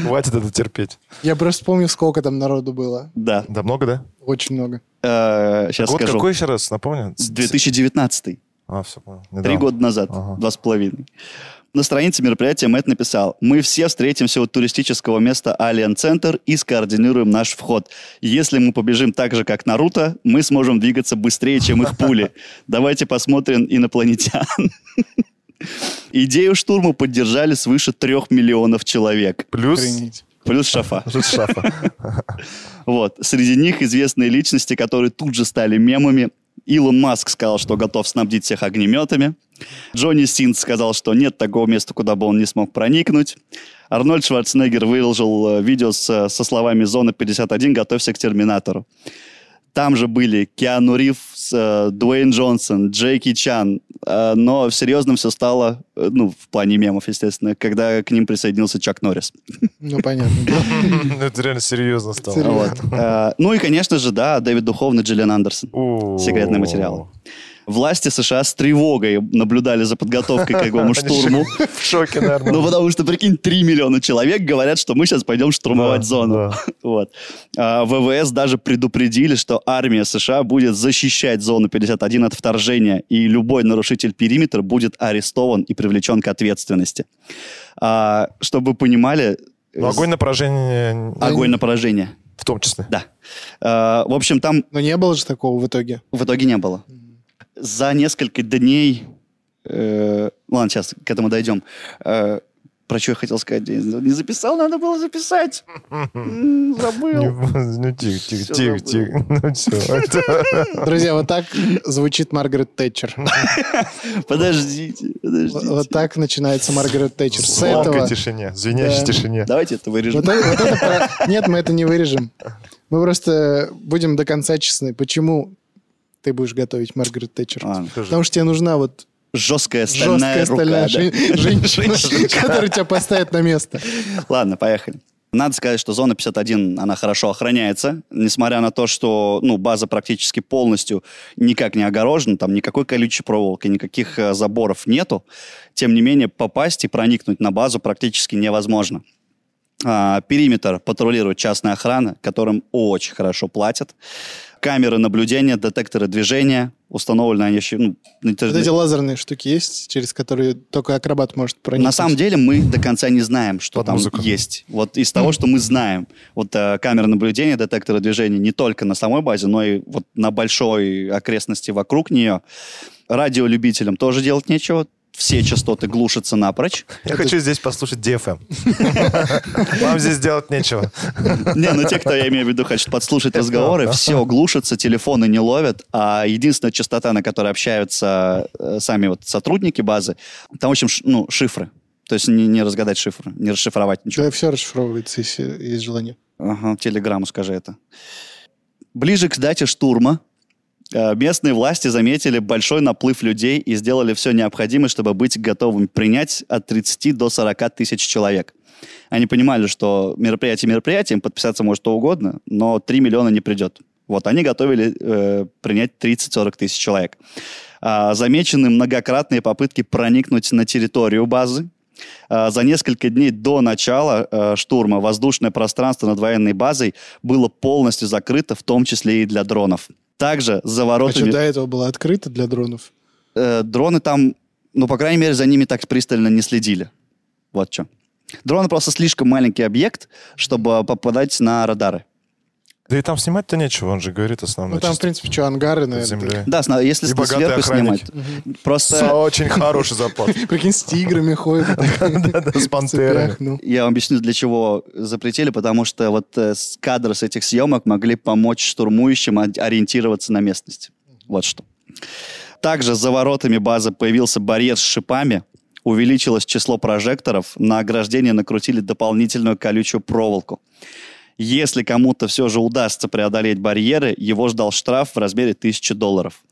D: Хватит это терпеть.
B: Я просто помню, сколько там народу было.
A: Да.
D: Да много, да?
B: Очень много.
A: Сейчас
D: Год
A: скажу.
D: какой еще раз, напомню?
A: 2019
D: А, все, понял.
A: Три
D: Недавно.
A: года назад,
D: Ага.
A: два с половиной. На странице мероприятия Мэтт написал, «Мы все встретимся у туристического места Alien Center и скоординируем наш вход. Если мы побежим так же, как Наруто, мы сможем двигаться быстрее, чем их пули. Давайте посмотрим инопланетян». Идею штурма поддержали свыше трех миллионов человек.
D: Плюс...
B: Охренеть.
A: Плюс шафа.
D: Плюс шафа.
A: Вот. Среди них известные личности, которые тут же стали мемами. Илон Маск сказал, что готов снабдить всех огнеметами. Джонни Синс сказал, что нет такого места, куда бы он не смог проникнуть. Арнольд Шварценеггер выложил э, видео с, э, со словами «Зона 51, готовься к Терминатору». Там же были Киану Ривз, э, Дуэйн Джонсон, Джеки Чан. Э, но серьезным все стало, э, ну, в плане мемов, естественно, когда к ним присоединился Чак Норрис.
B: Ну, понятно.
D: Ну, это реально серьезно стало.
B: Серьезно.
A: Вот. Э, Ну и, конечно же, да, Дэвид Духовный, Джиллиан Андерсон.
D: У.
A: Секретные материалы. Власти США с тревогой наблюдали за подготовкой к какому штурму.
D: В шоке, наверное.
A: Ну, потому что, прикинь, 3 миллиона человек говорят, что мы сейчас пойдем штурмовать
D: Да,
A: зону.
D: да.
A: Вот. А, ВВС даже предупредили, что армия США будет защищать зону 51 от вторжения, и любой нарушитель периметра будет арестован и привлечен к ответственности. А, Чтобы вы понимали...
D: Ну, огонь на поражение
A: э, огонь на поражение,
D: в том числе.
A: да. А, В общем, там
B: Но не было же такого в итоге.
A: В итоге не было. За несколько дней... э, ладно, сейчас к этому дойдем. Э, про что я хотел сказать? Я Не не записал, надо было записать. М,
D: Не-
A: Забыл.
D: Ну, тихо, тихо,
A: Всё
D: тихо,
A: забыл.
D: тихо. Ну, все.
B: Друзья, вот так звучит Маргарет Тэтчер.
A: Подождите,
B: Вот-
A: подождите.
B: Вот так начинается Маргарет Тэтчер. С этого...
D: Звонкой тишине, звенящей
B: Да.
D: тишине.
A: Давайте это вырежем.
B: Вот это- вот это про- Нет, мы это не вырежем. Мы просто будем до конца честны. Почему ты будешь готовить Маргарет Тэтчер?
A: А,
B: Потому что тебе нужна вот
A: жесткая
B: жесткая
A: стальная рука.
B: стальная
A: да.
B: жен- женщина, которая тебя поставит на место.
A: Ладно, поехали. Надо сказать, что зона 51, она хорошо охраняется, несмотря на то, что ну, база практически полностью никак не огорожена, там никакой колючей проволоки, никаких э, заборов нету. Тем не менее, попасть и проникнуть на базу практически невозможно. А, периметр патрулирует частная охрана, которым очень хорошо платят. Камеры наблюдения, детекторы движения, установлены они еще... ну, на
B: Вот
A: территории-
B: эти лазерные штуки есть, через которые только акробат может проникнуть.
A: На самом деле мы до конца не знаем, что
D: Под
A: там
D: музыку. Ну.
A: есть. Вот из того, что мы знаем, вот э, камеры наблюдения, детекторы движения не только на самой базе, но и вот на большой окрестности вокруг нее. Радиолюбителям тоже делать нечего. Все частоты глушатся напрочь.
D: Я хочу здесь послушать DFM. Вам здесь делать нечего.
A: Не, ну те, кто, я имею в виду, хочет подслушать разговоры, все глушится, телефоны не ловят, а единственная частота, на которой общаются э, сами вот сотрудники базы, там, в общем, ш- ну, шифры. То есть не, не разгадать шифры, не расшифровать ничего.
B: Человек все расшифровывается, если есть желание.
A: Ага, телеграмму скажи это. Ближе к дате штурма э, местные власти заметили большой наплыв людей и сделали все необходимое, чтобы быть готовым принять от 30 до 40 тысяч человек. Они понимали, что мероприятие мероприятием, подписаться может что угодно, но 3 миллиона не придет. Вот, они готовили э, принять 30-40 тысяч человек. А, замечены многократные попытки проникнуть на территорию базы, а, За несколько дней до начала э, штурма воздушное пространство над военной базой было полностью закрыто, в том числе и для дронов. Также за
B: А что
A: воротами
B: до этого было открыто для дронов?
A: э, дроны там, ну, по крайней мере, за ними так пристально не следили. Вот что. Дроны просто слишком маленький объект, чтобы попадать на радары.
D: Да и там снимать-то нечего, он же говорит основное.
B: Ну, там, в
D: чисто
B: принципе, что, ангары,
D: под
B: наверное.
D: землей.
A: Да, сна- если
D: И богатые
A: сверху
D: охранники.
A: снимать. Просто
D: Со- Очень хороший запад.
B: Прикинь, с тиграми ходят.
D: Да-да,
B: в
D: С
B: цепях,
D: пантерой.
B: ну.
A: я вам объясню, для чего запретили, потому что вот э, с- кадры с этих съемок могли помочь штурмующим ори- ориентироваться на местность. Вот что. Также за воротами базы появился барьер с шипами, увеличилось число прожекторов, на ограждение накрутили дополнительную колючую проволоку. Если кому-то все же удастся преодолеть барьеры, его ждал штраф в размере 1000 долларов.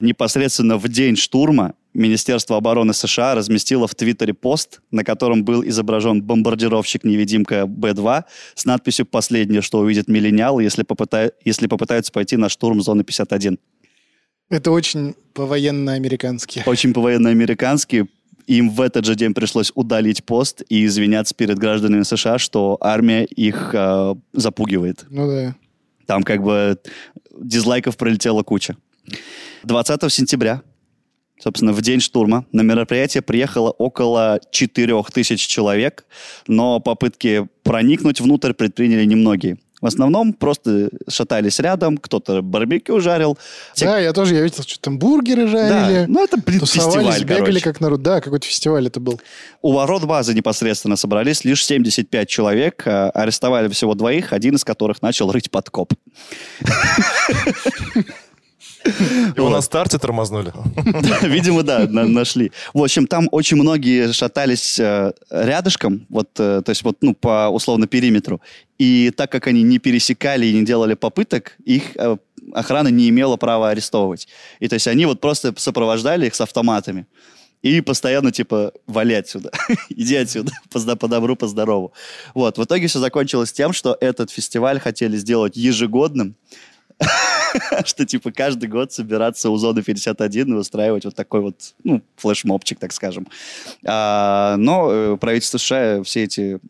A: Непосредственно в день штурма Министерство обороны США разместило в Твиттере пост, на котором был изображен бомбардировщик-невидимка Б-2 с надписью «Последнее, что увидит миллениал, если, попыта- если попытаются пойти на штурм зоны 51».
B: Это очень по-военно-американски.
A: Очень по-военно-американски. Им в этот же день пришлось удалить пост и извиняться перед гражданами США, что армия их э, запугивает.
B: Ну да.
A: Там как бы дизлайков пролетела куча. 20 сентября, собственно, в день штурма, на мероприятие приехало около 4000 человек, но попытки проникнуть внутрь предприняли немногие. В основном просто шатались рядом, кто-то барбекю жарил. Те-
B: Да, я тоже, я видел, что там бургеры
A: Да,
B: жарили.
A: ну это, блин,
B: Тусовались,
A: фестиваль,
B: бегали
A: короче.
B: как народ. Да, какой-то фестиваль это был.
A: У ворот базы непосредственно собрались лишь 75 человек, э, арестовали всего двоих, один из которых начал рыть подкоп.
D: Его на старте тормознули.
A: Видимо, да, на- нашли. В общем, там очень многие шатались э, рядышком, вот, э, то есть вот, ну, по условно периметру. И так как они не пересекали и не делали попыток, их э, охрана не имела права арестовывать. И то есть они вот просто сопровождали их с автоматами. И постоянно, типа, вали отсюда, иди отсюда, по, зда- по добру, по здорову. Вот, в итоге все закончилось тем, что этот фестиваль хотели сделать ежегодным, что, типа, каждый год собираться у зоны 51 и устраивать вот такой вот, ну, флешмобчик, так скажем. А, но э, правительство США все эти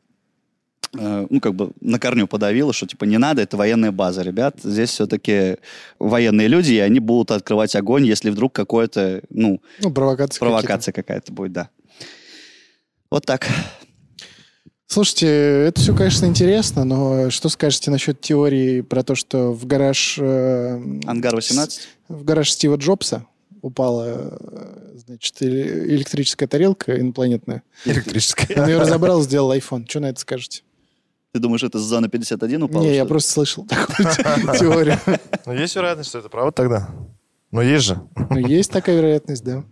A: э, ну, как бы на корню подавило, что, типа, не надо, это военная база, ребят. Здесь все-таки военные люди, и они будут открывать огонь, если вдруг какое-то, ну,
B: Ну, провокация какие-то.
A: Провокация какая-то будет, да. Вот так.
B: Слушайте, это все, конечно, интересно, но что скажете насчет теории про то, что в гараж... э,
A: Ангар 18.
B: в гараж Стива Джобса упала, э, значит, эле- электрическая тарелка инопланетная.
D: Электрическая.
B: Он ее разобрал, сделал iPhone. Что на это скажете?
A: Ты думаешь, это с зоны 51 упало?
B: Не, я
A: что-то?
B: просто слышал такую те- теорию.
D: Ну, есть вероятность, что это правда тогда? Ну, есть же.
B: Ну, есть такая вероятность, да.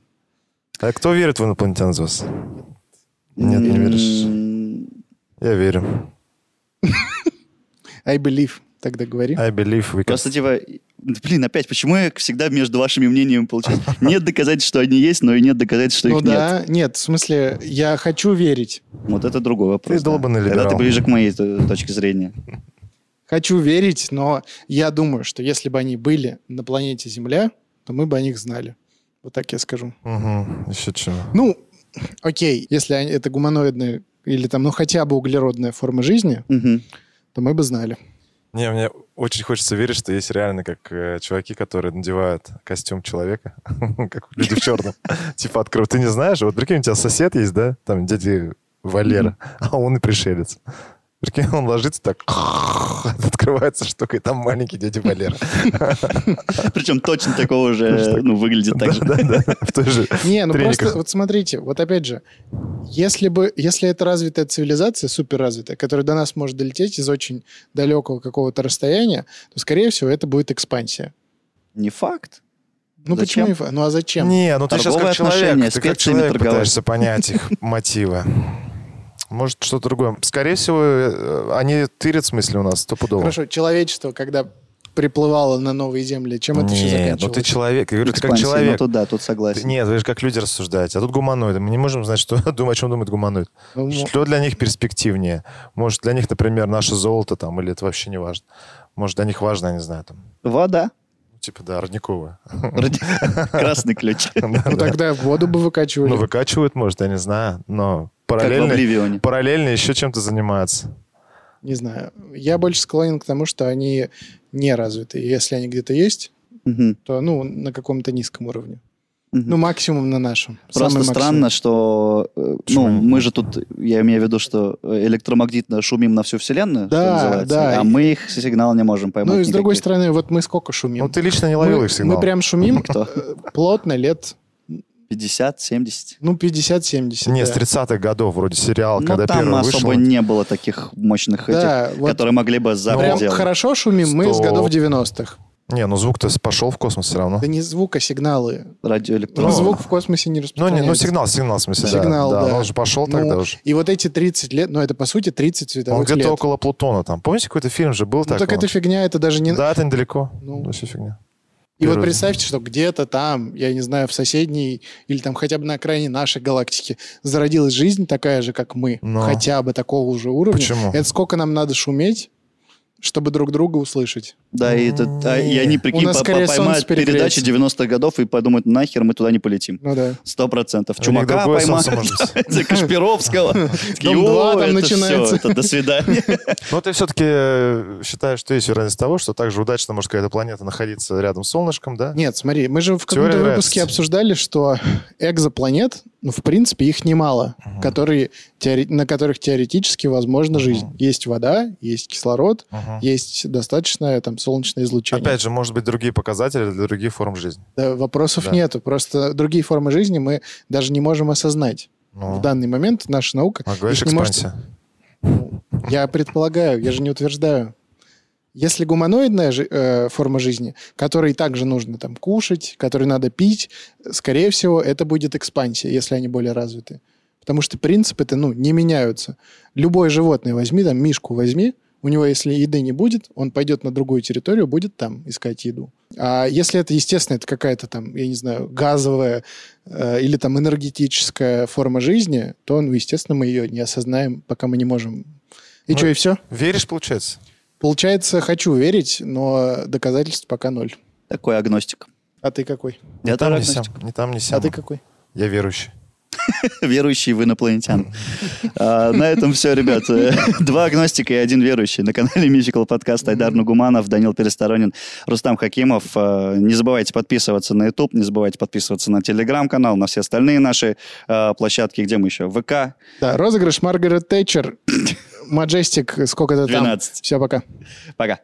D: А кто верит в инопланетян из вас? Нет, не веришь.
A: М,
D: Я верю.
B: I believe, тогда говори.
A: А,
D: I believe we can.
A: Просто типа, блин, опять, почему я всегда между вашими мнениями получаюсь? Нет доказательств, что они есть, но и нет доказательств, что
B: Ну
A: их нет.
B: да, нет, в смысле, я хочу верить.
A: Вот это другой вопрос.
D: Ты
A: да.
D: долбанный
A: Когда
D: либерал.
A: ты ближе к моей э, точке зрения.
B: Хочу верить, но я думаю, что если бы они были на планете Земля, то мы бы о них знали. Вот так я скажу.
D: Мгм, Еще чего.
B: Ну, окей, если они- это гуманоидная или там, ну, хотя бы углеродная форма жизни,
A: Мгм.
B: то мы бы знали.
D: Не, мне очень хочется верить, что есть реально как э, чуваки, которые надевают костюм человека, как люди в черном. Типа открыв. Ты не знаешь, вот прикинь, у тебя сосед есть, да? Там дети Валера, а он и пришелец. Прикинь, он ложится так, открывается штука, и там маленький дядя Валера.
A: Причем точно такого же,
D: Точно
A: э,
D: так.
A: ну, выглядит так же.
D: Да-да-да, в той же
B: Не, ну просто
D: трениках.
B: вот смотрите, вот опять же, если бы, если это развитая цивилизация, суперразвитая, которая до нас может долететь из очень далекого какого-то расстояния, то, скорее всего, это будет экспансия.
A: Не факт.
B: Ну
A: Зачем?
B: почему? не фа- Ну а зачем?
D: Не, ну ты сейчас
A: Торговые
D: как
A: отношения,
D: человек, ты как
A: специями
D: человек
A: торговать.
D: пытаешься понять их мотивы. Может, что-то другое. Скорее всего, э, они тырят, в смысле, у нас стопудово.
B: Хорошо, человечество, когда приплывало на новые земли, чем это все
D: Нет,
B: заканчивалось?
D: ну ты человек. Я говорю, ты как
A: Экспансия, ну,
D: человек.
A: тут да, тут
D: Ты-
A: согласен.
D: Нет, вы же как люди рассуждаете. А тут гуманоиды. Мы не можем знать, что, думать, о чем думает гуманоид.
B: Ну, м-
D: Что для них перспективнее? Может, для них, например, наше золото там, или это вообще не важно. Может, для них важно, я не знаю, там,
A: Вода.
D: типа, да, родниковое.
A: Ради- Красный ключ.
B: Ну тогда воду бы выкачивали.
D: Ну, выкачивают, может, я не знаю, но
A: Как в
D: параллельно,
A: Обливионе.
D: параллельно еще чем-то занимаются.
B: Не знаю. Я больше склонен к тому, что они не развиты. Если они где-то есть,
A: Мгм.
B: то ну на каком-то низком уровне. Ну, максимум на нашем.
A: Просто
B: Самый максимум.
A: странно, что... э, Ну,
D: Шумим.
A: мы же тут, я имею в виду, что э, электромагнитно шумим на всю Вселенную, что
B: Да,
A: называется,
B: да.
A: а мы их сигнал не можем поймать
B: Ну и с
A: никаких.
B: другой стороны, вот мы сколько шумим?
D: Ну, ты лично не ловил
B: мы,
D: их сигнал.
B: мы прям шумим
A: Кто?
B: э, плотно лет,
A: 50, 70.
B: ну, 50-70.
D: Не, с
B: да.
D: 30-х годов вроде сериал,
A: Ну,
D: когда
A: там
D: первый
A: особо
D: вышел.
A: не было таких мощных этих,
B: Да, вот
A: которые могли бы за
B: прям
A: пределы.
B: хорошо шумим мы с
D: Стоп.
B: годов 90-х.
D: Не, ну звук-то пошел в космос все равно.
B: Да не звук, а сигналы.
A: радиоэлектронного.
B: Ну, звук в космосе не
D: Ну, не,
B: распространяется.
D: ну сигнал, сигнал, в смысле, да.
B: Сигнал, да.
D: Он же пошел
B: Ну,
D: тогда уже.
B: И вот эти 30 лет, ну это по сути 30
D: Он
B: световых
D: где-то
B: лет.
D: около Плутона там. Помните, какой-то фильм же был
B: Ну так
D: такой?
B: это фигня, это даже не...
D: Да, это недалеко.
B: Ну.
D: Вообще фигня.
B: и вот
D: природа.
B: представьте, что где-то там, я не знаю, в соседней или там хотя бы на окраине нашей галактики зародилась жизнь такая же, как мы.
D: Но.
B: Хотя бы такого же уровня.
D: Почему?
B: ну, Это сколько нам надо шуметь, чтобы друг друга услышать?
A: Да, и, это, а, и они, прикинь,
B: У нас
A: по-
B: скорее
A: по- поймают
B: солнце
A: передачи
B: перегреется.
A: 90-х годов и подумают, нахер мы туда не полетим.
B: Ну да.
A: Сто процентов.
D: У них
A: Чумака
D: другое солнце
A: поймают,
D: может
A: Кашпировского. Такие,
B: Дом два
A: «О,
B: там
A: это всё,
B: начинается».
A: это до свидания.
D: Но Ну, ты все-таки считаешь, что есть вероятность того, что также удачно может какая-то планета находиться рядом с солнышком, да?
B: Нет, смотри, мы же в
D: Теория
B: каком-то выпуске
D: вероятности.
B: обсуждали, что экзопланет, ну, в принципе, их немало, которые, теоре- на которых теоретически возможна жизнь. Есть вода, есть кислород,
D: Мгм.
B: есть достаточное там солнечное излучение.
D: Опять же, может быть, другие показатели для других форм жизни.
B: Да, вопросов
D: Да.
B: нету, просто другие формы жизни мы даже не можем осознать.
D: Ну,
B: В данный момент наша наука...
D: а говоришь,
B: их не может-
D: экспансия.
B: Я предполагаю, я же не утверждаю. Если гуманоидная жи- э, форма жизни, которой также нужно там кушать, которой надо пить, скорее всего, это будет экспансия, если они более развиты. Потому что принципы-то, ну, не меняются. Любое животное возьми, там, мишку возьми, у него, если еды не будет, он пойдет на другую территорию, будет там искать еду. А если это, естественно, это какая-то там, я не знаю, газовая э, или там энергетическая форма жизни, то, ну, естественно, мы ее не осознаем, пока мы не можем. И
D: Ну,
B: что, и все?
D: Веришь, получается?
B: Получается, хочу верить, но доказательств пока ноль.
A: Такой агностик.
B: А ты какой?
D: Не
A: Я
D: там,
A: тоже
D: не сям.
A: агностик.
D: Не там, не сям.
B: А ты какой?
D: Я верующий.
A: Верующий в инопланетян. А, На этом все, ребят. Э, Два агностика и один верующий. На канале Мюзикл подкаст Айдар Нугуманов, Данил Пересторонин, Рустам Хакимов. А, Не забывайте подписываться на YouTube, не забывайте подписываться на Телеграм-канал, на все остальные наши а, площадки, где мы еще? ВК,
B: Да, розыгрыш Маргарет Тэтчер. Маджестик, сколько-то там.
A: 12.
B: Все, пока.
A: Пока.